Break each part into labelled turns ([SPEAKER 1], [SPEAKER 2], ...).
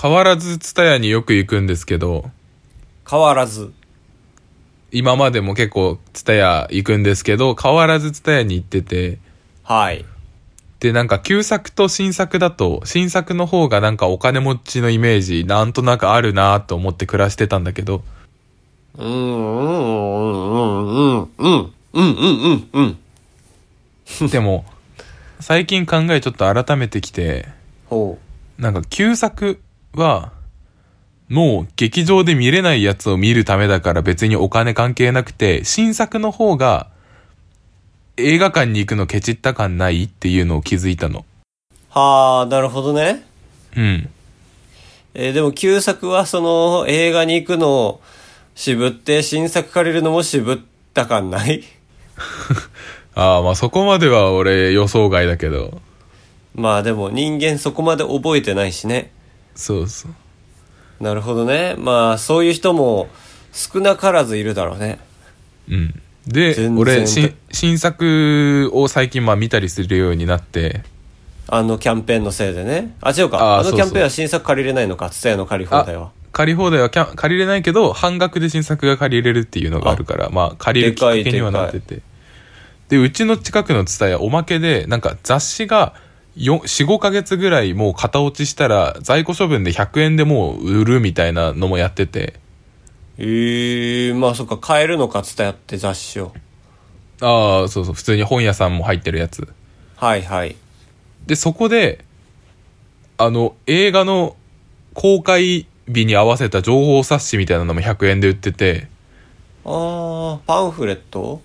[SPEAKER 1] 変わらず蔦屋によく行くんですけど、
[SPEAKER 2] 変わらず。
[SPEAKER 1] 今までも結構蔦屋行くんですけど、変わらず蔦屋に行ってて、
[SPEAKER 2] はい。
[SPEAKER 1] で、なんか旧作と新作だと、新作の方がなんかお金持ちのイメージ、なんとなくあるなと思って暮らしてたんだけど、
[SPEAKER 2] うん、うん、うん、うん、うん、うん、うん、うん。
[SPEAKER 1] でも、最近考えちょっと改めてきて、
[SPEAKER 2] ほ
[SPEAKER 1] なんか旧作は、もう劇場で見れないやつを見るためだから別にお金関係なくて、新作の方が映画館に行くのケチった感ないっていうのを気づいたの。
[SPEAKER 2] う。はあ、なるほどね。
[SPEAKER 1] うん。
[SPEAKER 2] えーでも旧作はその映画に行くのを渋って、新作借りるのも渋った感ない
[SPEAKER 1] ああ、まあそこまでは俺予想外だけど。
[SPEAKER 2] まあでも人間そこまで覚えてないしね。
[SPEAKER 1] そうそう。
[SPEAKER 2] なるほどね。まあそういう人も少なからずいるだろうね。
[SPEAKER 1] うん。で、
[SPEAKER 2] 全然
[SPEAKER 1] 俺、新新作を最近まあ見たりするようになって、
[SPEAKER 2] あのキャンペーンのせいでね。あ、違うか。あ
[SPEAKER 1] あー
[SPEAKER 2] の
[SPEAKER 1] そうそう
[SPEAKER 2] キャンペーンは新作借りれないのか。ツタヤの借り放題は。
[SPEAKER 1] 借り放題はキャン借りれないけど半額で新作が借りれるっていうのがあるからまあ借りるきっかけにはなっててでうちの近くの蔦屋おまけでなんか雑誌が45ヶ月ぐらいもう型落ちしたら在庫処分で100円でもう売るみたいなのもやってて
[SPEAKER 2] ええー、まあそっか。買えるのか、ツタヤって雑誌を。
[SPEAKER 1] ああそうそう普通に本屋さんも入ってるやつ
[SPEAKER 2] はいはい。
[SPEAKER 1] でそこであの映画の公開日に合わせた情報冊子みたいなのも100円で売ってて
[SPEAKER 2] ああ、パンフレット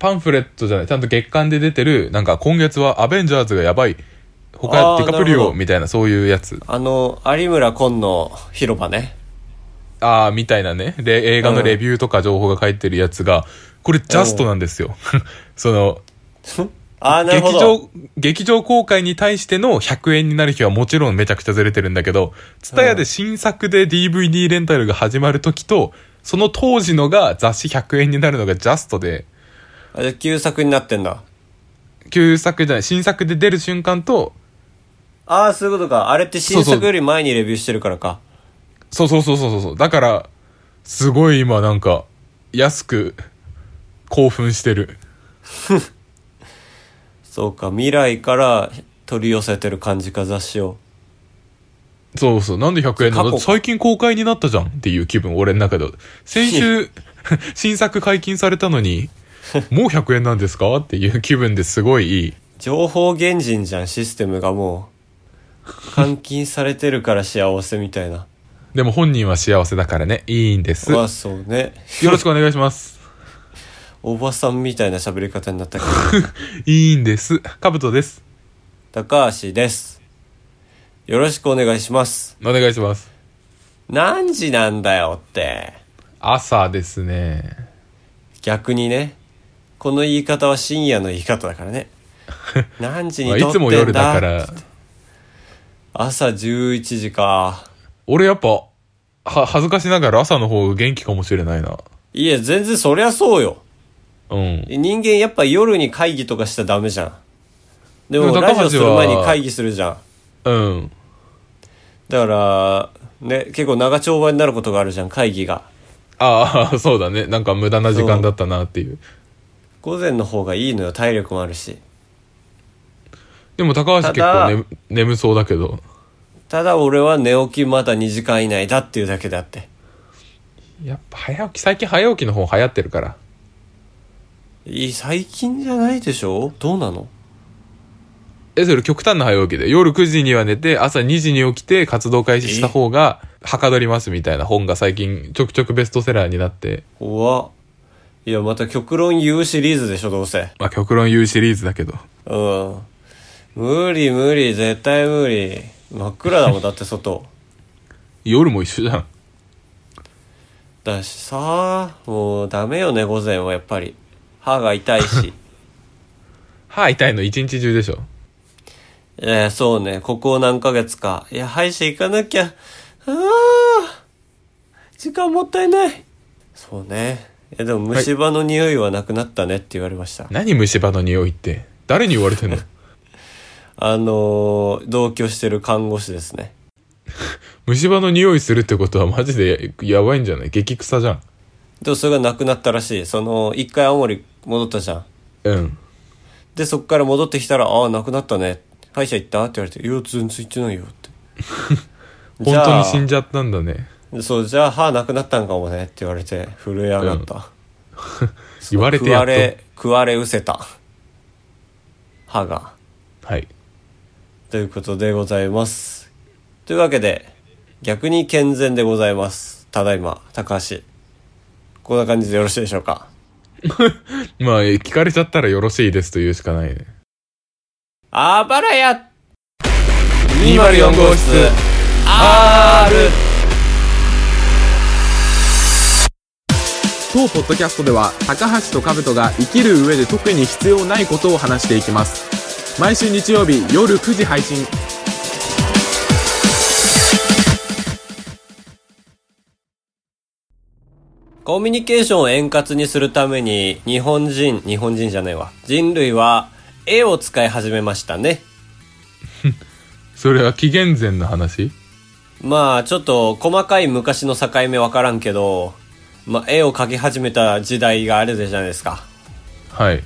[SPEAKER 1] パンフレットじゃない、ちゃんと月間で出てる、なんか今月はアベンジャーズがやばい、他
[SPEAKER 2] あ
[SPEAKER 1] デ
[SPEAKER 2] ー
[SPEAKER 1] ィカプリ
[SPEAKER 2] なるほ
[SPEAKER 1] オ
[SPEAKER 2] ど
[SPEAKER 1] みたいなそういうやつ、
[SPEAKER 2] あの、有村昆の広場ね。
[SPEAKER 1] あーみたいなね、で映画のレビューとか情報が書いてるやつが、これジャストなんですよ。 その、
[SPEAKER 2] ああ、なる
[SPEAKER 1] 劇
[SPEAKER 2] ほど。
[SPEAKER 1] 場、劇場公開に対しての100円になる日はもちろんめちゃくちゃずれてるんだけど、ツタヤで新作で DVD レンタルが始まる時と、その当時のが雑誌100円になるのがジャストで、
[SPEAKER 2] あじゃあ旧作になってんだ。
[SPEAKER 1] 旧作じゃない、新作で出る瞬間と、
[SPEAKER 2] ああ、そういうことか。あれって新
[SPEAKER 1] そうそ
[SPEAKER 2] 作
[SPEAKER 1] う
[SPEAKER 2] より前にレビューしてるからか。
[SPEAKER 1] そうそうそうそうそうそう。だから、すごい今なんか、安く、興奮してる。
[SPEAKER 2] そうか。未来から取り寄せてる感じか、雑誌を。
[SPEAKER 1] そうそう。なんで100円な
[SPEAKER 2] 過去
[SPEAKER 1] の最近公開になったじゃんっていう気分、俺の中では。先週、 新作解禁されたの に、もう100円なんですかっていう気分ですごいいい。
[SPEAKER 2] 情報源人じゃん、システムがもう。監禁されてるから幸せみた いな。
[SPEAKER 1] でも本人は幸せだからね、いいんです。
[SPEAKER 2] ま
[SPEAKER 1] よ
[SPEAKER 2] あそうね。
[SPEAKER 1] ろしくお願いします。
[SPEAKER 2] おばさんみたいな喋り方になったけど。
[SPEAKER 1] いいんです。かぶとです。
[SPEAKER 2] 高橋です。よろしくお願いします。
[SPEAKER 1] お願いします。
[SPEAKER 2] 何時なんだよって。
[SPEAKER 1] 朝ですね。
[SPEAKER 2] 逆にねこの言い方は深夜の言い方だか らね何時
[SPEAKER 1] まあ
[SPEAKER 2] に
[SPEAKER 1] い
[SPEAKER 2] 撮
[SPEAKER 1] つ
[SPEAKER 2] ってんだ
[SPEAKER 1] も夜だから、
[SPEAKER 2] 朝11時か
[SPEAKER 1] 俺やっぱ、は、恥ずかしながら朝の方が元気かもしれないな。
[SPEAKER 2] いや全然そりゃそうよ
[SPEAKER 1] うん。
[SPEAKER 2] 人間やっぱ夜に会議とかしちゃダメじゃんでも
[SPEAKER 1] でも
[SPEAKER 2] ラジオする
[SPEAKER 1] 高橋は
[SPEAKER 2] 前に会議するじゃん
[SPEAKER 1] うん。
[SPEAKER 2] だからね結構長丁場になることがあるじゃん会議が
[SPEAKER 1] あ あ、そうだね。なんか無駄な時間だったなっていう。
[SPEAKER 2] 午前の方がいいのよ体力もあるし
[SPEAKER 1] でも高橋結構、ね、眠そうだけど。
[SPEAKER 2] ただ俺は寝起きまだ2時間以内だっていうだけであって
[SPEAKER 1] やっぱ早起き、最近早起きの方流行ってるから。
[SPEAKER 2] いい最近じゃないでしょどうなの
[SPEAKER 1] え、それ極端な早起きで。夜9時には寝て、朝2時に起きて活動開始した方が、はかどりますみたいな本が最近ちょくちょくベストセラーになって。
[SPEAKER 2] 怖っいやまた極論言うシリーズでしょどうせ
[SPEAKER 1] まあ極論言うシリーズだけど。
[SPEAKER 2] うん無理無理絶対無理真っ暗だもんだって外
[SPEAKER 1] 夜も一緒じゃん。
[SPEAKER 2] だしさもうダメよね午前はやっぱり歯が痛いし
[SPEAKER 1] 歯痛いの一日中でしょ。
[SPEAKER 2] えー、そうねここ何ヶ月かいや歯医者行かなきゃあー時間もったいないそうねいやでも虫歯の匂いはなくなったねって言われました、
[SPEAKER 1] 何虫歯の匂いって。誰に言われてんの
[SPEAKER 2] あのー、同居してる看護師ですね
[SPEAKER 1] 虫歯の匂いするってことはマジでやばいんじゃない激臭じゃん。
[SPEAKER 2] でもそれがなくなったらしい。その、一回青森戻ったじゃん。
[SPEAKER 1] うん。
[SPEAKER 2] で、そっから戻ってきたら、ああ、なくなったね。歯医者行ったって言われて、いや、全然行ってな いよって。
[SPEAKER 1] 本当に死んじゃったんだね。
[SPEAKER 2] そう、じゃあ歯なくなったんかもねって言われて、震え上がった。
[SPEAKER 1] 言われて
[SPEAKER 2] 食
[SPEAKER 1] や
[SPEAKER 2] わ
[SPEAKER 1] っと。
[SPEAKER 2] れ、食われうせた。歯が。
[SPEAKER 1] はい。
[SPEAKER 2] ということでございます。というわけで、逆に健全でございます。ただいま、高橋。こんな感じでよろしいでしょうか。
[SPEAKER 1] まあ、え聞かれちゃったらよろしいですと言うしかないね。
[SPEAKER 2] あばらや
[SPEAKER 1] 204号室
[SPEAKER 2] R!
[SPEAKER 3] 当ポッドキャストでは高橋と兜が生きる上で特に必要ないことを話していきます毎週日曜日夜9時配信
[SPEAKER 2] コミュニケーションを円滑にするために、日本人、日本人じゃないわ。人類は、絵を使い始めましたね。
[SPEAKER 1] それは紀元前の話
[SPEAKER 2] まあ、ちょっと、細かい昔の境目わからんけど、まあ、絵を描き始めた時代があるじゃないですか。
[SPEAKER 1] はい。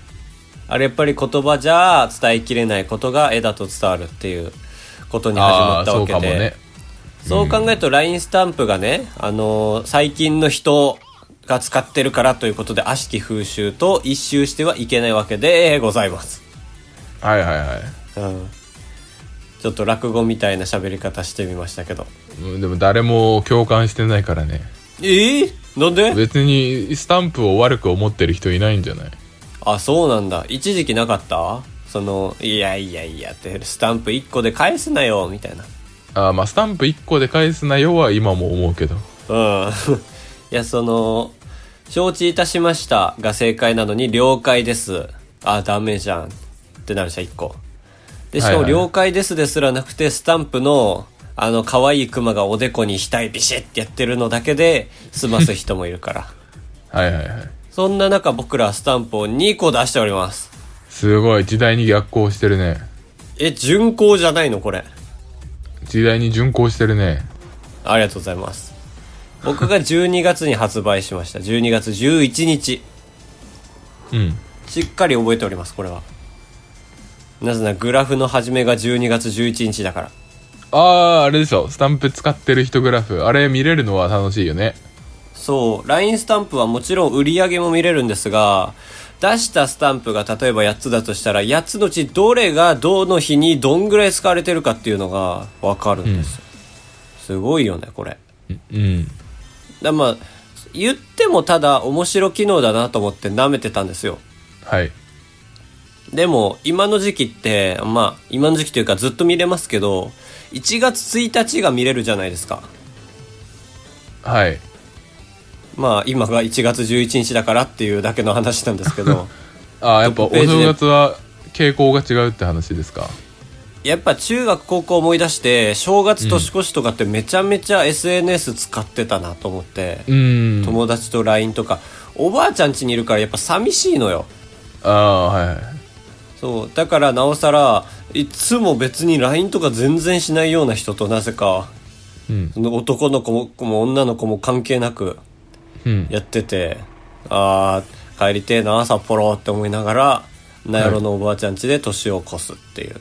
[SPEAKER 2] あれやっぱり言葉じゃ伝えきれないことが絵だと伝わるっていうことに始まった
[SPEAKER 1] そ
[SPEAKER 2] わ
[SPEAKER 1] う
[SPEAKER 2] け
[SPEAKER 1] かも
[SPEAKER 2] で。
[SPEAKER 1] ね。
[SPEAKER 2] そう考えると LINE スタンプがね、あのー最近の人が使ってるからということで、悪しき風習と一周してはいけないわけでございます。
[SPEAKER 1] はいはいはい。
[SPEAKER 2] うん。ちょっと落語みたいな喋り方してみましたけど。
[SPEAKER 1] うんでも誰も共感してないからね。
[SPEAKER 2] ええなんで
[SPEAKER 1] 別にスタンプを悪く思ってる人いないんじゃない
[SPEAKER 2] あ、そうなんだ。一時期なかったその、いやいやいやって、スタンプ1個で返すなよ、みたいな。
[SPEAKER 1] あーまあスタンプ1個で返すなよは今も思うけど。
[SPEAKER 2] うん。 いや、その、承知いたしましたが正解なのに、了解です。あ、ダメじゃん。ってなるじゃん、一個。で、しか
[SPEAKER 1] は
[SPEAKER 2] も、
[SPEAKER 1] いはい
[SPEAKER 2] 了解ですですらなくて、スタンプの、あの、可愛いクマがおでこに額ビシッってやってるのだけで、済ます人もいるから。
[SPEAKER 1] はいはいはい。
[SPEAKER 2] そんな中、僕らはスタンプを2個出しております。
[SPEAKER 1] すごい時代に逆行してるね。
[SPEAKER 2] え、順行じゃないのこれ。
[SPEAKER 1] 時代に順行してるね。
[SPEAKER 2] ありがとうございます。僕が12月に発売しました。12月11日。
[SPEAKER 1] うん。
[SPEAKER 2] しっかり覚えておりますこれはなぜならグラフの始めが12月11日だから
[SPEAKER 1] ああーあれでしょスタンプ使ってる人グラフあれ見れるのは楽しいよね
[SPEAKER 2] そう LINE スタンプはもちろん売り上げも見れるんですが出したスタンプが例えば8つだとしたら8つのうちどれがどの日にどんぐらい使われてるかっていうのが分かるんですよ、すごいよねこれ
[SPEAKER 1] うん
[SPEAKER 2] だまあ言ってもただ面白機能だなと思って舐めてたんですよ
[SPEAKER 1] はい
[SPEAKER 2] でも今の時期ってまあ今の時期というかずっと見れますけど1月1日が見れるじゃないですか
[SPEAKER 1] はい
[SPEAKER 2] まあ今が1月11日だからっていうだけの話なんですけ ど
[SPEAKER 1] ああやっぱ
[SPEAKER 2] トッ
[SPEAKER 1] お
[SPEAKER 2] プページで
[SPEAKER 1] 正月は傾向が違うって話ですか
[SPEAKER 2] やっぱ中学高校思い出して正月年越しとかってめちゃめちゃ SNS 使ってたなと思って、
[SPEAKER 1] うん
[SPEAKER 2] 友達と LINE とかおばあちゃん家にいるからやっぱ寂しいのよ
[SPEAKER 1] ああはいはい
[SPEAKER 2] そうだからなおさらいつも別に LINE とか全然しないような人となぜか
[SPEAKER 1] うん
[SPEAKER 2] その男の子も子も女の子も関係なく
[SPEAKER 1] うん
[SPEAKER 2] やってて、ああ、帰りてえな、札幌って思いながら、名寄のおばあちゃん家で年を越すっていう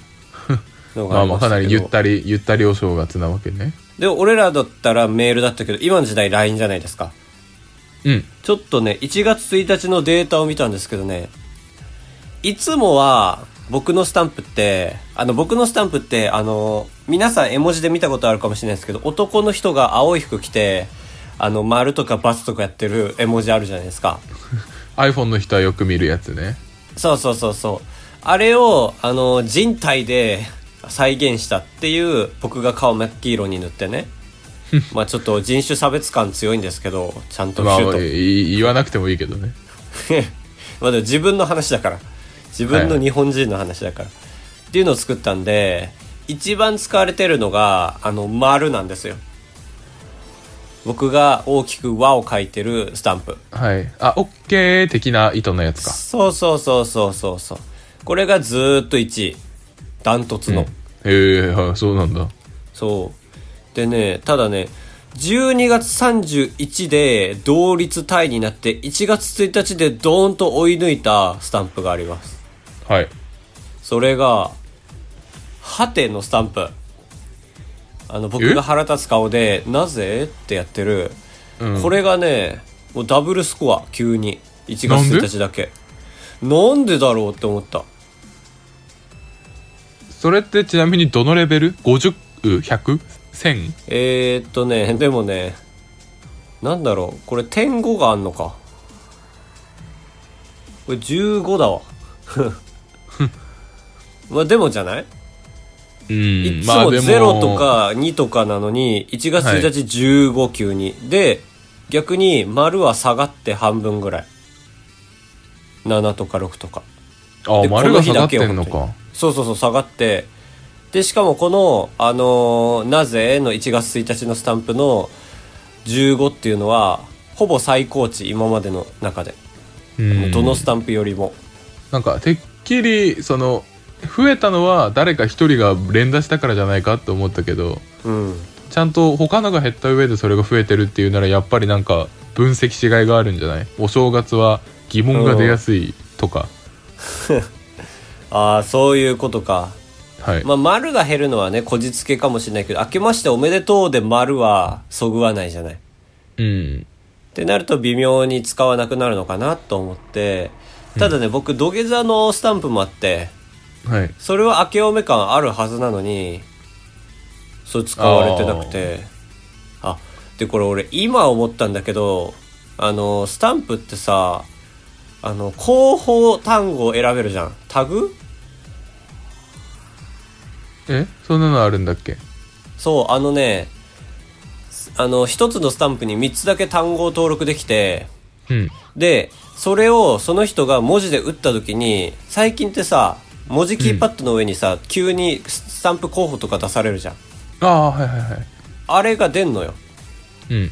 [SPEAKER 2] のが
[SPEAKER 1] ま
[SPEAKER 2] あ
[SPEAKER 1] あま
[SPEAKER 2] りま
[SPEAKER 1] あ
[SPEAKER 2] し
[SPEAKER 1] か
[SPEAKER 2] たけど。
[SPEAKER 1] なりゆったりゆったりお正月なわけね
[SPEAKER 2] で、俺らだったらメールだったけど、今の時代 LINE じゃないですか。
[SPEAKER 1] うん
[SPEAKER 2] ちょっとね、1月1日のデータを見たんですけどね、いつもは、僕のスタンプって、あの、僕のスタンプって、あの、皆さん絵文字で見たことあるかもしれないですけど、男の人が青い服着て、あの、丸とか×とかやってる絵文字あるじゃないですか。
[SPEAKER 1] iPhone の人はよく見るやつね
[SPEAKER 2] そうそうそうそう。あれを、あの、人体で再現したっていう、僕が顔真っ黄色に塗ってね。まあちょっと人種差別感強いんですけど、ちゃんと
[SPEAKER 1] ま
[SPEAKER 2] シュ
[SPEAKER 1] あ
[SPEAKER 2] ート。
[SPEAKER 1] い言わなくてもいいけどね
[SPEAKER 2] まあでも自分の話だから。自分
[SPEAKER 1] はいは
[SPEAKER 2] の
[SPEAKER 1] い
[SPEAKER 2] 日本人の話だから。っていうのを作ったんで、一番使われてるのが、あの、丸なんですよ。僕が大きく輪を描いてるスタンプ。
[SPEAKER 1] はいあオッケー的な意図のやつか
[SPEAKER 2] そうそうそうそうそうそう。これがずーっと1位。ダントツの。
[SPEAKER 1] へえはいそうなんだ
[SPEAKER 2] そう。でね、ただね、12月31で同率タイになって、1月1日でドーンと追い抜いたスタンプがあります。
[SPEAKER 1] はい。
[SPEAKER 2] それが、ハテのスタンプ。あの、僕
[SPEAKER 1] え
[SPEAKER 2] が腹立つ顔で、なぜってやってる。
[SPEAKER 1] うん
[SPEAKER 2] これがね、もうダブルスコア、急に。1月
[SPEAKER 1] なんで
[SPEAKER 2] 1日だけ。なんでだろうって思った。
[SPEAKER 1] それってちなみにどのレベル ?50?100?1000?
[SPEAKER 2] えー、っとね、でもね、なんだろう、これ点5があんのか。これ15だわ。 まあでもじゃない
[SPEAKER 1] うん
[SPEAKER 2] いつも0とか2とかなのに、1月
[SPEAKER 1] はい
[SPEAKER 2] 1日15級に。で、逆に丸は下がって半分ぐらい。7とか6とか。
[SPEAKER 1] あ
[SPEAKER 2] で
[SPEAKER 1] 丸が下がって
[SPEAKER 2] こ
[SPEAKER 1] んの
[SPEAKER 2] 日だけ
[SPEAKER 1] か
[SPEAKER 2] 本当にそうそうそう下がってでしかもこの「あのーなぜ?」の1月1日のスタンプの15っていうのはほぼ最高値今までの中で、
[SPEAKER 1] うん
[SPEAKER 2] どのスタンプよりも
[SPEAKER 1] なんかてっきりその増えたのは誰か一人が連打したからじゃないかって思ったけど
[SPEAKER 2] うん
[SPEAKER 1] ちゃんと他のが減った上でそれが増えてるっていうならやっぱりなんか分析しがいがあるんじゃないお正月は疑問が出やすいとか、
[SPEAKER 2] ああそういうことか
[SPEAKER 1] はい、
[SPEAKER 2] まあ丸が減るのはねこじつけかもしれないけど「明けましておめでとう」で丸はそぐわないじゃない
[SPEAKER 1] うん
[SPEAKER 2] ってなると微妙に使わなくなるのかなと思ってただね、僕土下座のスタンプもあって
[SPEAKER 1] はい
[SPEAKER 2] それは明けおめ感あるはずなのにそれ使われてなくてあでこれ俺今思ったんだけどあのスタンプってさあの候補単語を選べるじゃんタグ
[SPEAKER 1] えそんなのあるんだっけ
[SPEAKER 2] そうあのねあの一つのスタンプに3つだけ単語を登録できて
[SPEAKER 1] うん
[SPEAKER 2] でそれをその人が文字で打った時に最近ってさ文字キーパッドの上にさ、急にスタンプ候補とか出されるじゃん
[SPEAKER 1] ああはいはいはい
[SPEAKER 2] あれが出んのよ
[SPEAKER 1] うん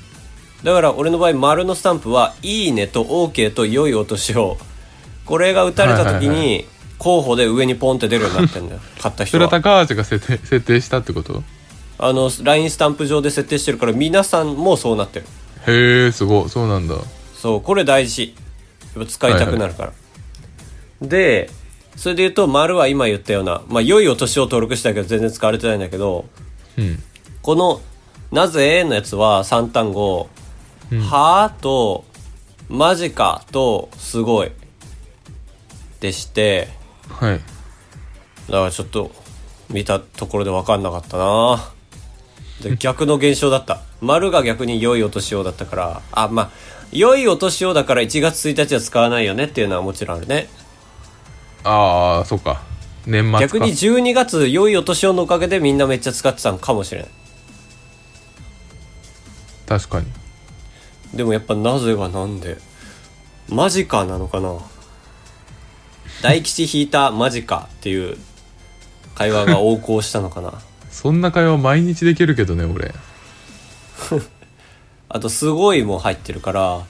[SPEAKER 2] だから俺の場合丸のスタンプは「いいね」と「OK」と「良いお年を」これが打たれた時
[SPEAKER 1] はいはい
[SPEAKER 2] に候補で上にポンって出るようになってんだよ買った
[SPEAKER 1] そ
[SPEAKER 2] 人
[SPEAKER 1] れは
[SPEAKER 2] は
[SPEAKER 1] 高橋が設定 設定したってこと
[SPEAKER 2] あの LINE スタンプ上で設定してるから皆さんもそうなってる
[SPEAKER 1] へえすごいそうなんだ
[SPEAKER 2] そうこれ大事やっぱ使いたくなるから、でそれで言うと丸は今言ったような「まあ、良いお年を」登録したけど全然使われてないんだけど
[SPEAKER 1] うん
[SPEAKER 2] この「なぜ?」のやつは3単語「はぁ」と「マジか」と「すごい」でして
[SPEAKER 1] はい
[SPEAKER 2] だからちょっと見たところで分かんなかったなで逆の現象だった丸が逆に良いお年をだったからあまあ良いお年をだから1月1日は使わないよねっていうのはもちろんあるね
[SPEAKER 1] ああそっか年末か
[SPEAKER 2] 逆に12月良いお年をのおかげでみんなめっちゃ使ってたのかもしれない
[SPEAKER 1] 確かに
[SPEAKER 2] でもやっぱなぜがなんでマジかなのかな大吉引いたマジかっていう会話が横行したのかな
[SPEAKER 1] そんな会話毎日できるけどね俺
[SPEAKER 2] あとすごいも入ってるから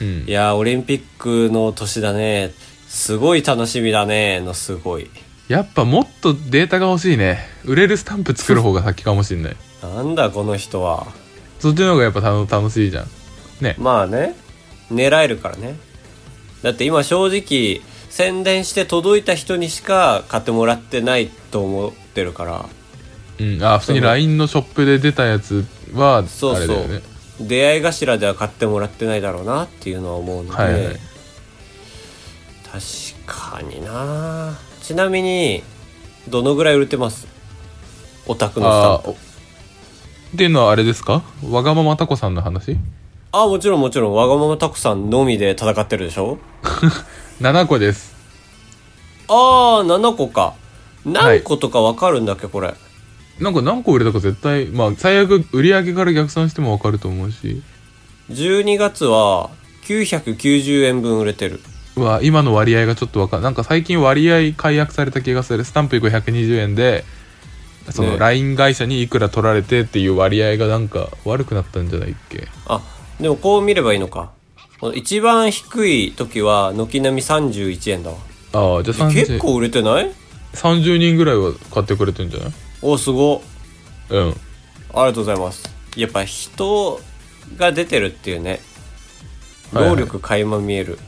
[SPEAKER 1] うん
[SPEAKER 2] いやーオリンピックの年だねすごい楽しみだねのすごい
[SPEAKER 1] やっぱもっとデータが欲しいね売れるスタンプ作る方が先かもしんない
[SPEAKER 2] なんだこの人は
[SPEAKER 1] そっちの方がやっぱ楽楽しいじゃんね
[SPEAKER 2] まあね狙えるからねだって今正直宣伝して届いた人にしか買ってもらってないと思ってるから
[SPEAKER 1] うんあ普通に LINE のショップで出たやつはあ
[SPEAKER 2] そう
[SPEAKER 1] れ
[SPEAKER 2] そ
[SPEAKER 1] だ
[SPEAKER 2] う、
[SPEAKER 1] よね
[SPEAKER 2] 出会い頭では買ってもらってないだろうなっていうのは思うので、
[SPEAKER 1] はいはい
[SPEAKER 2] 確かになちなみにどのぐらい売れてますオタクの
[SPEAKER 1] あー
[SPEAKER 2] スタン
[SPEAKER 1] おっ
[SPEAKER 2] プ
[SPEAKER 1] ていうのはあれですかわがままたこさんの話
[SPEAKER 2] ああもちろんもちろんわがままたくさんのみで戦ってるでしょ
[SPEAKER 1] 7個です
[SPEAKER 2] ああ7個か何個とかわかるんだっけこれ、
[SPEAKER 1] なんか何個売れたか絶対まあ最悪売り上げから逆算してもわかると思うし
[SPEAKER 2] 12月は990円分売れてる
[SPEAKER 1] うわ今の割合がちょっとわかんなんか最近割合解約された気がするスタンプ520円でその
[SPEAKER 2] ね
[SPEAKER 1] LINE 会社にいくら取られてっていう割合がなんか悪くなったんじゃないっけ
[SPEAKER 2] あでもこう見ればいいのかこの一番低い時は軒並み31円だわ
[SPEAKER 1] ああじゃあ
[SPEAKER 2] え
[SPEAKER 1] 30,
[SPEAKER 2] 結構売れてない
[SPEAKER 1] 30人ぐらいは買ってくれてんじゃない
[SPEAKER 2] おすご
[SPEAKER 1] うん
[SPEAKER 2] ありがとうございます。やっぱ人が出てるっていうね、
[SPEAKER 1] はいはい
[SPEAKER 2] 能力垣間見える。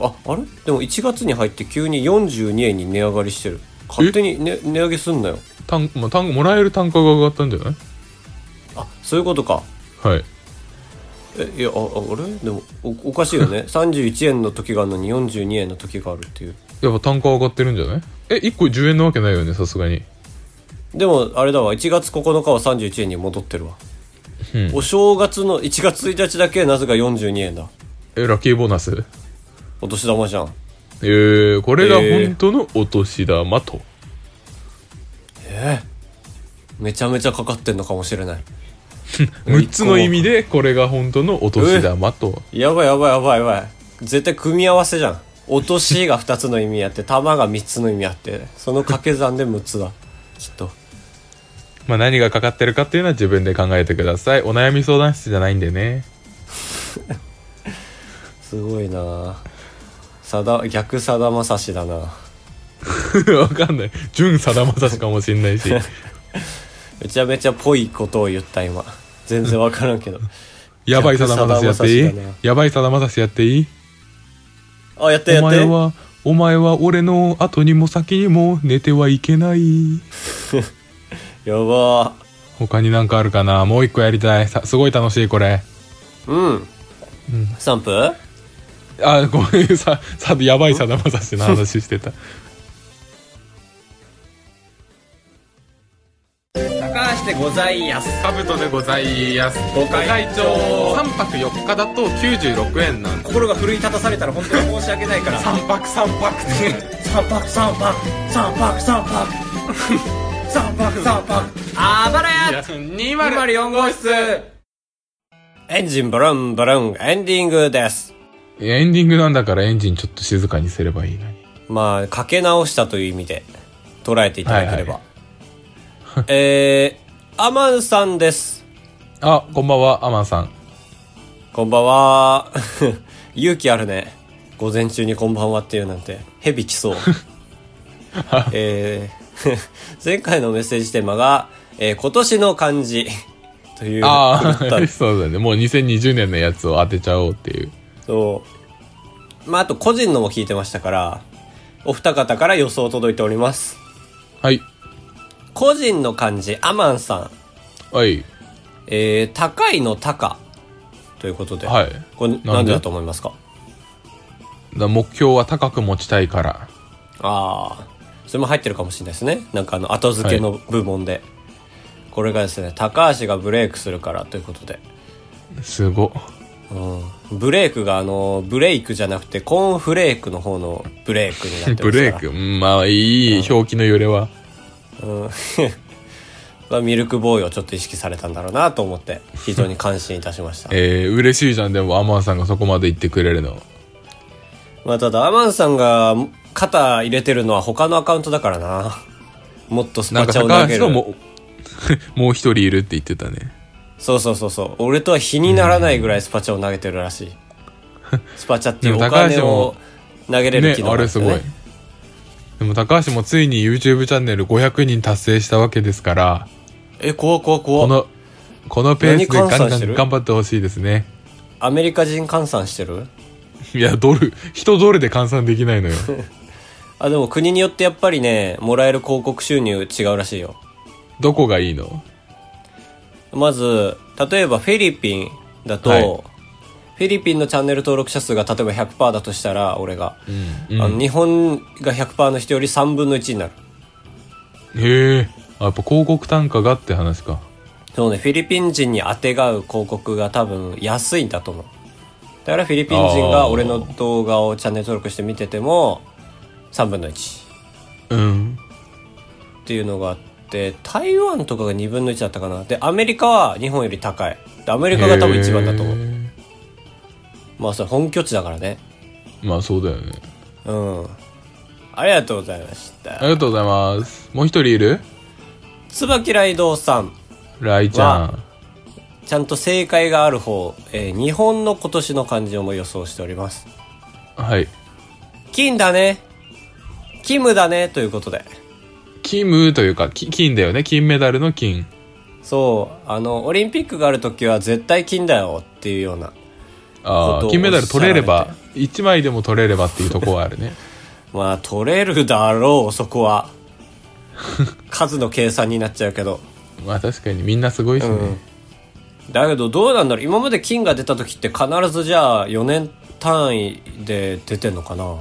[SPEAKER 2] あ、あれでも1月に入って急に42円に値上がりしてる。勝手に、ね、値上げすんなよ。
[SPEAKER 1] 単まあ、単もらえる単価が上がったんじゃない
[SPEAKER 2] あ、そういうことか。
[SPEAKER 1] はい
[SPEAKER 2] え、いや、あ、ああれでもお、おかしいよ ね。31円の時があるのに42円の時があるっていう。
[SPEAKER 1] やっぱ単価上がってるんじゃないえ1個10円なわけないよねさすがに
[SPEAKER 2] でも、あれだわ。1月9日は31円に戻ってるわ。
[SPEAKER 1] うん
[SPEAKER 2] お正月の1月1日だけなぜか42円だ。
[SPEAKER 1] えラッキーボーナス
[SPEAKER 2] お年玉じゃん。
[SPEAKER 1] えー、これが
[SPEAKER 2] えー
[SPEAKER 1] 本当のお年玉と、
[SPEAKER 2] めちゃめちゃかかってんのかもしれ ない。
[SPEAKER 1] 6つの意味でこれが本当のお年玉と
[SPEAKER 2] やばいやばいやばいやばい。絶対組み合わせじゃん。落としが2つの意味あって、 玉が3つの意味あって、その掛け算で6つだ。きっと。
[SPEAKER 1] まあ何がかかってるかっていうのは自分で考えてくださいお悩み相談室じゃないんでね
[SPEAKER 2] すごいなさだ、逆さだまさしだな
[SPEAKER 1] わかんない。純さだまさしかもしんない し。
[SPEAKER 2] めちゃめちゃぽいことを言った今。全然わからんけど。
[SPEAKER 1] やばいさだまさしやっていい
[SPEAKER 2] 逆さだまさしだな
[SPEAKER 1] やばいさだまさしやっていい
[SPEAKER 2] あ、やって
[SPEAKER 1] お
[SPEAKER 2] やっ
[SPEAKER 1] 前
[SPEAKER 2] て。
[SPEAKER 1] は、お前は俺の後にも先にも寝てはいけない。
[SPEAKER 2] やば
[SPEAKER 1] 他になんかあるかなもう一個やりたい。さすごい楽しい、これ。
[SPEAKER 2] ー。うん。3分
[SPEAKER 1] あ、ごめん、さ、さ、やばいさだまさしの話してた。
[SPEAKER 2] 高橋でございやす。
[SPEAKER 3] カブトでございやすご
[SPEAKER 2] 会長
[SPEAKER 3] 3泊4日だと96円なんで
[SPEAKER 2] 心が奮い立たされたら本当に申し訳ないから。
[SPEAKER 3] 3泊3泊って
[SPEAKER 4] 三拍三拍三拍三拍三拍三拍
[SPEAKER 2] あばらや
[SPEAKER 3] 204号室
[SPEAKER 2] エンジンブルンブルンエンディングです。
[SPEAKER 1] いやエンディングなんだからエンジンちょっと静かにすればいいのに。
[SPEAKER 2] まあ、かけ直したという意味で捉えていただければ。
[SPEAKER 1] は
[SPEAKER 2] えー、アマンさんです。
[SPEAKER 1] あ、こんばんは、アマンさん。
[SPEAKER 2] こんばんは。 勇気あるね。午前中にこんばんはっていうなんて、蛇来 そう。えー、 前回のメッセージテーマが、えー今年の漢字という。
[SPEAKER 1] あ
[SPEAKER 2] 狂った
[SPEAKER 1] あ、そうだね。もう2020年のやつを当てちゃおうっていう。
[SPEAKER 2] そう。まあ、あと個人のも聞いてましたから、お二方から予想届いております。
[SPEAKER 1] はい。
[SPEAKER 2] 個人の漢字、アマンさん。
[SPEAKER 1] はい。
[SPEAKER 2] えー、高いの高。ということで。
[SPEAKER 1] はい。
[SPEAKER 2] これ、
[SPEAKER 1] で
[SPEAKER 2] なんでだと思いますか
[SPEAKER 1] だから目標は高く持ちたいから
[SPEAKER 2] ああ。それも入ってるかもしれないですね。なんかあの、後付けの部門で。これがですね、高橋がブレイクするからということで。
[SPEAKER 1] すご
[SPEAKER 2] うん。ブレイクがあの、ブレイクじゃなくて、コーンフレークの方のブレイクになってますから
[SPEAKER 1] ブレイクうんまあいい表記の揺れは
[SPEAKER 2] うんまあミルクボーイをちょっと意識されたんだろうなと思って非常に感心いたしました、
[SPEAKER 1] えー、嬉しいじゃんでもアマンさんがそこまで言ってくれるの
[SPEAKER 2] まあ、ただアマンさんが肩入れてるのは他のアカウントだからなもっとス
[SPEAKER 1] な
[SPEAKER 2] パ
[SPEAKER 1] んか
[SPEAKER 2] チャを投
[SPEAKER 1] 高
[SPEAKER 2] げ
[SPEAKER 1] 橋の
[SPEAKER 2] る
[SPEAKER 1] も もう一人いるって言ってたね
[SPEAKER 2] そうそうそうそう俺とは比にならないぐらいスパチャを投げてる らしいスパチャっていうお
[SPEAKER 1] でも高
[SPEAKER 2] 金
[SPEAKER 1] 橋
[SPEAKER 2] を
[SPEAKER 1] も
[SPEAKER 2] 投げれる
[SPEAKER 1] ね
[SPEAKER 2] 機
[SPEAKER 1] あ
[SPEAKER 2] 能なん
[SPEAKER 1] れ
[SPEAKER 2] です
[SPEAKER 1] す
[SPEAKER 2] よ
[SPEAKER 1] ごいでも高橋もついに YouTube チャンネル500人達成したわけですから
[SPEAKER 2] え怖っ怖っ
[SPEAKER 1] こ
[SPEAKER 2] 怖っ
[SPEAKER 1] のこのペースで
[SPEAKER 2] 何換
[SPEAKER 1] ガン
[SPEAKER 2] 算
[SPEAKER 1] ガ
[SPEAKER 2] してる
[SPEAKER 1] ン頑張ってほしいですね
[SPEAKER 2] アメリカ人換算してる
[SPEAKER 1] いやドル人ドルで換算できないのよ
[SPEAKER 2] あでも国によってやっぱりねもらえる広告収入違うらしいよ
[SPEAKER 1] どこがいいの
[SPEAKER 2] まず、例えばフィリピンだと、
[SPEAKER 1] はい
[SPEAKER 2] フィリピンのチャンネル登録者数が例えば100%だとしたら、俺が、
[SPEAKER 1] うん
[SPEAKER 2] あの日本が100%の人より3分の1になる。
[SPEAKER 1] へえあやっぱ広告単価がって話か
[SPEAKER 2] そうね、フィリピン人にあてがう広告が多分安いんだと思う。だからフィリピン人
[SPEAKER 1] あー
[SPEAKER 2] が俺の動画をチャンネル登録して見てても、3分の1
[SPEAKER 1] うん
[SPEAKER 2] っていうのがあって、台湾とかが2分の1だったかな。で、アメリカは日本より高い。でアメリカが多分一番だと思う。
[SPEAKER 1] へ
[SPEAKER 2] まあそれ本拠地だからね。
[SPEAKER 1] ーまあそうだよね
[SPEAKER 2] うん。ありがとうございまし
[SPEAKER 1] あ
[SPEAKER 2] た。
[SPEAKER 1] りがとうございますもう一人いる
[SPEAKER 2] 椿雷道さん。
[SPEAKER 1] ライちゃん
[SPEAKER 2] ちゃんと正解がある方、えー日本の今年の漢字をも予想しております。
[SPEAKER 1] はい
[SPEAKER 2] 金だね。キムだね。ということで。
[SPEAKER 1] キムというかき金だよね金メダルの金
[SPEAKER 2] そうあのオリンピックがある時は絶対金だよっていうような
[SPEAKER 1] あ
[SPEAKER 2] こと
[SPEAKER 1] あ
[SPEAKER 2] を
[SPEAKER 1] 金メダル取れれ
[SPEAKER 2] おっしゃ
[SPEAKER 1] ば
[SPEAKER 2] ら
[SPEAKER 1] 1枚でも取れればっていうところはあるね
[SPEAKER 2] まあ取れるだろうそこは数の計算になっちゃうけど
[SPEAKER 1] まあ確かにみんなすごいしね、
[SPEAKER 2] だけどどうなんだろう今まで金が出た時って必ずじゃあ4年単位で出てんのかな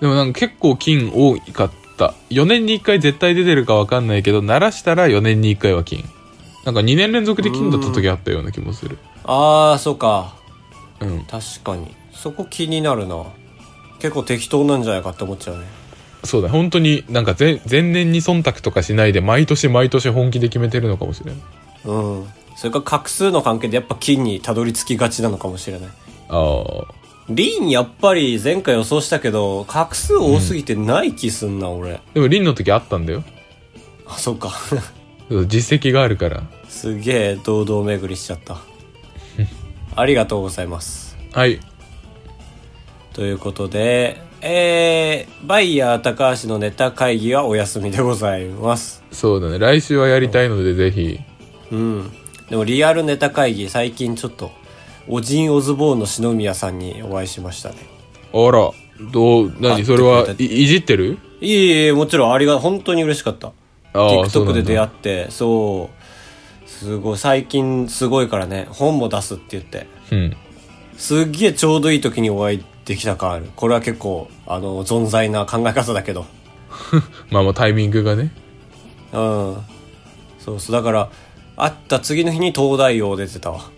[SPEAKER 1] でもなんか結構金多かった4年に1回絶対出てるか分かんないけど鳴らしたら4年に1回は金なんか2年連続で金だった時あったような気もする
[SPEAKER 2] あーそうか
[SPEAKER 1] うん
[SPEAKER 2] 確かにそこ気になるな結構適当なんじゃないかって思っちゃうね
[SPEAKER 1] そうだ本当になんか前前年に忖度とかしないで毎年毎年本気で決めてるのかもしれない
[SPEAKER 2] うんそれから画数の関係でやっぱ金にたどり着きがちなのかもしれない
[SPEAKER 1] ああ
[SPEAKER 2] リンやっぱり前回予想したけど画数多すぎてない気すんな、俺
[SPEAKER 1] でも凛の時あったんだよ
[SPEAKER 2] あそっか
[SPEAKER 1] そう実績があるから
[SPEAKER 2] すげえ堂々巡りしちゃったありがとうございます
[SPEAKER 1] はい
[SPEAKER 2] ということで、えー、バイヤー高橋のネタ会議はお休みでございます。
[SPEAKER 1] そうだね来週はやりたいのでぜひ
[SPEAKER 2] うん。でもリアルネタ会議、最近ちょっと、オジン・オズボーンの篠宮さんにお会いしましたね。
[SPEAKER 1] あらどう
[SPEAKER 2] あ
[SPEAKER 1] 何それは
[SPEAKER 2] 出て
[SPEAKER 1] いいじってる
[SPEAKER 2] いえいえ、もちろんありが、本当に嬉しかった。
[SPEAKER 1] あーそうな
[SPEAKER 2] TikTok
[SPEAKER 1] んだ
[SPEAKER 2] で出会って、そう。すごい、最近すごいからね、本も出すって言って。
[SPEAKER 1] うん
[SPEAKER 2] すっげえちょうどいい時にお会いできた感ある。これは結構、あの、存在な考え方だけど。
[SPEAKER 1] まあまあタイミングがね
[SPEAKER 2] うんそうそうだから会った次の日に東大王出てたわ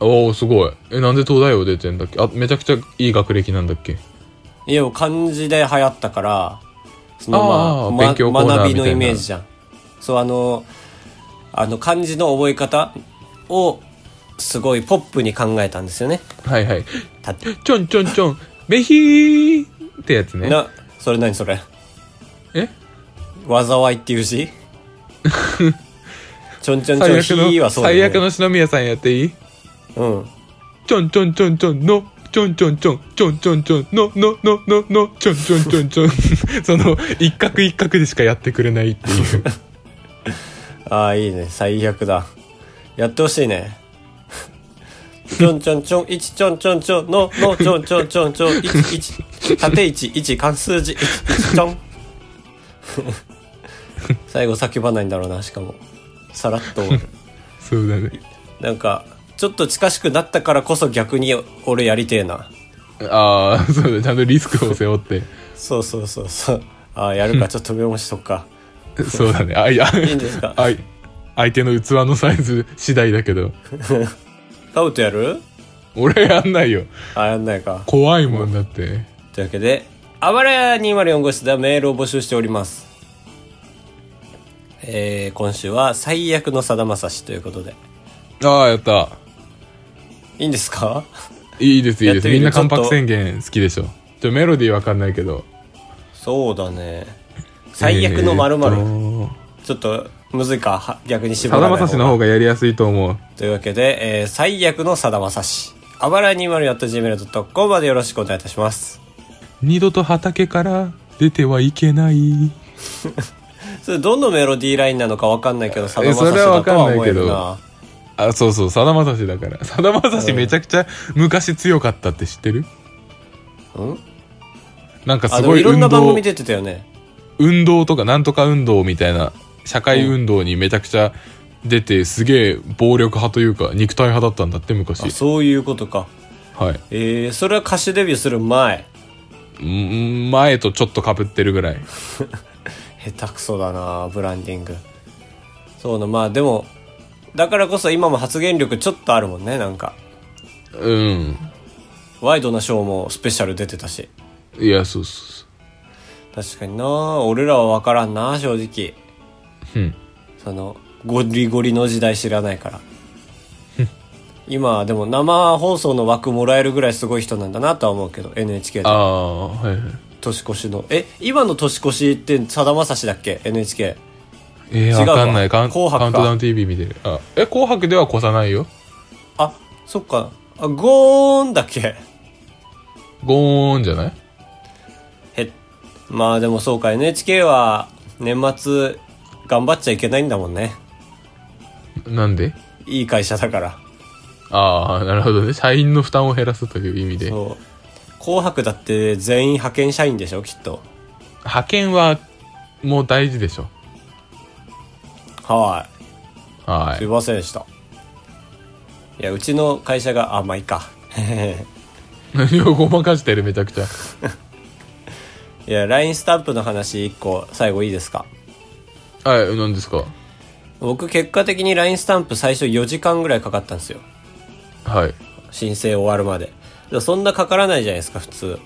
[SPEAKER 1] おおすごいえなんで東大王出てんだっけあめちゃくちゃいい学歴なんだっけ
[SPEAKER 2] いや漢字で流行ったからその
[SPEAKER 1] あー
[SPEAKER 2] まあ
[SPEAKER 1] 勉強コ
[SPEAKER 2] ま
[SPEAKER 1] ーナー
[SPEAKER 2] 学
[SPEAKER 1] み
[SPEAKER 2] び
[SPEAKER 1] たいな
[SPEAKER 2] のイメージじゃんそうあのあの漢字の覚え方をすごいポップに考えたんですよね
[SPEAKER 1] はいはい
[SPEAKER 2] た
[SPEAKER 1] ちょんちょんちょんメヒーってやつね
[SPEAKER 2] なそれ何それ
[SPEAKER 1] え
[SPEAKER 2] 災いっていう 字ちょんちょんちょ
[SPEAKER 1] 最
[SPEAKER 2] ん
[SPEAKER 1] 悪
[SPEAKER 2] ひー
[SPEAKER 1] の、
[SPEAKER 2] はそうだ
[SPEAKER 1] 最
[SPEAKER 2] よ
[SPEAKER 1] 悪
[SPEAKER 2] ね
[SPEAKER 1] の篠宮さんやっていい
[SPEAKER 2] うん
[SPEAKER 1] ちょんちょんちょんちょんのちょんちょんちょんちょんちょんちょんのののののちょんちょんちょんちょん その一角一角でしかやってくれないっていう
[SPEAKER 2] ああ、いいね。最悪だ。やってほしいね。ちょんちょんちょん、いちちょんちょんちょん、の、の、ちょんちょんちょんちょん、いちいち、縦いち、いち、関数字、いち、いちちょん。最後叫ばないんだろうな、しかも。さらっと終わる。
[SPEAKER 1] そうだね
[SPEAKER 2] なんか、ちょっと近しくなったからこそ逆に俺やりてえな。
[SPEAKER 1] ああそうだちゃんとリスクを背負って
[SPEAKER 2] そうそうそうそう。ああ、やるか、ちょっとメモしとくか。
[SPEAKER 1] そうだねあいや
[SPEAKER 2] いいんですか
[SPEAKER 1] あい相手の器のサイズ次第だけど
[SPEAKER 2] カウトやる
[SPEAKER 1] 俺やんないよ
[SPEAKER 2] ああ、やんないか。
[SPEAKER 1] 怖いもんだって
[SPEAKER 2] というわけで、あばらや204号室ではメールを募集しております。えー、今週は最悪のさだまさしということで。
[SPEAKER 1] ああやった
[SPEAKER 2] いいんですか
[SPEAKER 1] いいですいいで
[SPEAKER 2] やっ
[SPEAKER 1] す
[SPEAKER 2] てみる
[SPEAKER 1] みんな関白
[SPEAKER 2] ちょっと
[SPEAKER 1] 宣言好きでしょちょメロディーわかんないけど
[SPEAKER 2] そうだね。最悪の〇
[SPEAKER 1] え
[SPEAKER 2] 〇。
[SPEAKER 1] ーっ
[SPEAKER 2] ちょっと、むずいか、は逆に
[SPEAKER 1] と
[SPEAKER 2] 絞
[SPEAKER 1] さ
[SPEAKER 2] らな
[SPEAKER 1] だ
[SPEAKER 2] い方
[SPEAKER 1] まさしの方がやりやすいと思う
[SPEAKER 2] というわけで、えー、最悪のさだまさし。あばらや 204.gmail.com までよろしくお願いいたします。
[SPEAKER 1] 二度と畑から出てはいけない
[SPEAKER 2] それ、どのメロディーラインなのかわかんないけど、さだまさし
[SPEAKER 1] それはわ
[SPEAKER 2] だとは
[SPEAKER 1] かんな
[SPEAKER 2] 思
[SPEAKER 1] い
[SPEAKER 2] え
[SPEAKER 1] け
[SPEAKER 2] る
[SPEAKER 1] ど
[SPEAKER 2] な。
[SPEAKER 1] あそうそうさだまさしだからさだまさしめちゃくちゃ昔強かったって知ってる
[SPEAKER 2] うん
[SPEAKER 1] なんかす
[SPEAKER 2] あ、で
[SPEAKER 1] ご
[SPEAKER 2] も
[SPEAKER 1] い
[SPEAKER 2] いろん
[SPEAKER 1] 運
[SPEAKER 2] な番
[SPEAKER 1] 動
[SPEAKER 2] 組出てたよね。
[SPEAKER 1] 運動とかなんとか運動みたいな社会運動にめちゃくちゃ出てすげえ暴力派というか肉体派だったんだって昔
[SPEAKER 2] あ、そういうことか。
[SPEAKER 1] はい
[SPEAKER 2] えー、それは歌手デビューする前
[SPEAKER 1] うん前とちょっとかぶってるぐらい
[SPEAKER 2] 下手くそだなブランディングそうなまあでもだからこそ今も発言力ちょっとあるもんねなんか
[SPEAKER 1] うん
[SPEAKER 2] ワイドなショーもスペシャル出てたし
[SPEAKER 1] いやそうそ
[SPEAKER 2] 確かにな俺らは分からんな正直
[SPEAKER 1] うそううん
[SPEAKER 2] そのゴリゴリの時代知らないから今でも生放送の枠もらえるぐらいすごい人なんだなとは思うけど NHK
[SPEAKER 1] あ
[SPEAKER 2] で
[SPEAKER 1] あはいはい
[SPEAKER 2] 年越しのえ今の年越しってさだまさしだっけ NHK
[SPEAKER 1] えー、わ
[SPEAKER 2] 違うわ
[SPEAKER 1] かんないカウン
[SPEAKER 2] 紅白
[SPEAKER 1] カ
[SPEAKER 2] か
[SPEAKER 1] ウントダウン TV 見てるあえ紅白では越さないよ
[SPEAKER 2] あそっかあゴーンだっけ
[SPEAKER 1] ゴーンじゃない
[SPEAKER 2] へまあでもそうか NHK は年末頑張っちゃいけないんだもんね
[SPEAKER 1] なんで
[SPEAKER 2] いい会社だから。
[SPEAKER 1] ああ、なるほどね。社員の負担を減らすという意味で。
[SPEAKER 2] そう。紅白だって全員派遣社員でしょ、きっと。
[SPEAKER 1] 派遣は、もう大事でしょ。
[SPEAKER 2] は。
[SPEAKER 1] はい
[SPEAKER 2] すい
[SPEAKER 1] い。
[SPEAKER 2] ませんでした。いや、うちの会社が、あ、まあいいか。
[SPEAKER 1] 何をごまかしてる、めちゃくちゃ。
[SPEAKER 2] いや、LINE スタンプの話1個、最後いいですか
[SPEAKER 1] はい、何ですか
[SPEAKER 2] 僕、結果的に LINE スタンプ最初4時間ぐらいかかったんですよ。
[SPEAKER 1] はい。
[SPEAKER 2] 申請終わるまで。そんなかからないじゃないですか、普通。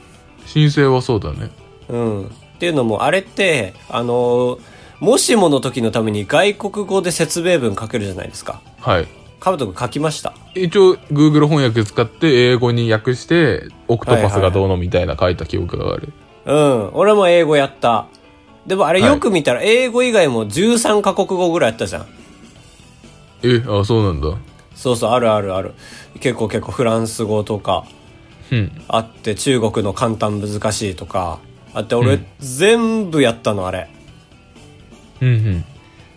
[SPEAKER 1] 申請はそうだね。
[SPEAKER 2] うん。っていうのも、あれって、あのーもしもの時のために外国語で説明文書けるじゃないですか。
[SPEAKER 1] はい。
[SPEAKER 2] カブト君書きました。
[SPEAKER 1] 一応、Google 翻訳使って、英語に訳して、オクトパスがどうのみたいな書いた記憶がある。
[SPEAKER 2] うん。俺も英語やった。でもあれ
[SPEAKER 1] はい
[SPEAKER 2] よく見たら、英語以外も13カ国語ぐらいやったじゃん。
[SPEAKER 1] え、あ、そうなんだ。
[SPEAKER 2] そうそう、あるあるある。結構結構フランス語とか
[SPEAKER 1] うん。
[SPEAKER 2] あって、中国の簡単難しいとかあって、俺、全部やったの、あれ。
[SPEAKER 1] うんうん。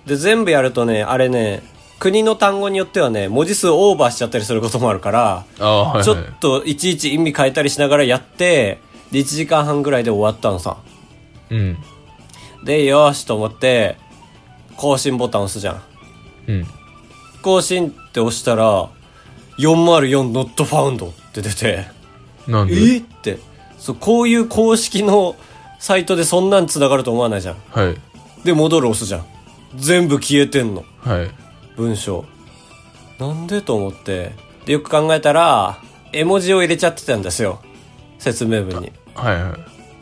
[SPEAKER 2] で、全部やるとね、あれね、国の単語によってはね、文字数オーバーしちゃったりすることもあるから、
[SPEAKER 1] ああ、はい、はい。
[SPEAKER 2] ちょっといちいち意味変えたりしながらやって、で、1時間半ぐらいで終わったのさ。
[SPEAKER 1] うん。
[SPEAKER 2] で、よーしと思って、更新ボタン押すじゃん。
[SPEAKER 1] うん。
[SPEAKER 2] 更新って押したら、404 not found って出て、
[SPEAKER 1] なんで
[SPEAKER 2] えって、そう、こういう公式のサイトでそんなん繋がると思わないじゃん。
[SPEAKER 1] はい。
[SPEAKER 2] で、戻る押すじゃん。全部消えてんの。
[SPEAKER 1] はい。
[SPEAKER 2] 文章なんでと思ってでよく考えたら絵文字を入れちゃってたんですよ説明文に
[SPEAKER 1] はいはい。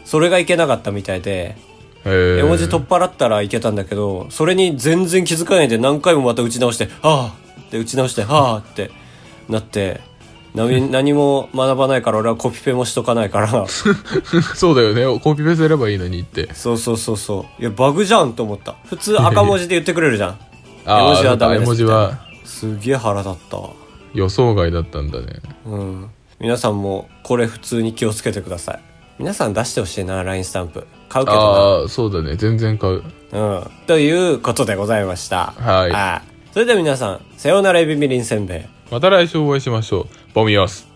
[SPEAKER 2] それがいけなかったみたいで
[SPEAKER 1] えー
[SPEAKER 2] 絵文字取っ払ったらいけたんだけどそれに全然気づかないで何回もまた打ち直して「ああ」って打ち直して「ああ」ってなって何何も学ばないから俺はコピペもしとかないから
[SPEAKER 1] そうだよね。コピペすればいいのにって。
[SPEAKER 2] そうそうそうそういやバグじゃんと思った普通赤文字で言ってくれるじゃん
[SPEAKER 1] あ
[SPEAKER 2] 絵文字は
[SPEAKER 1] あ、
[SPEAKER 2] ダメです
[SPEAKER 1] 絵文字は
[SPEAKER 2] すげえ腹立ったわ
[SPEAKER 1] 予想外だったんだね。
[SPEAKER 2] うん、皆さんもこれ普通に気をつけてください皆さん出してほしいな LINE スタンプ買うけど
[SPEAKER 1] ああ、そうだね。全然買う。
[SPEAKER 2] な、うん、ということでございました
[SPEAKER 1] はい
[SPEAKER 2] それでは皆さんさようならエビみりんせんべい
[SPEAKER 1] また来週お会いしましょう。ボミオス。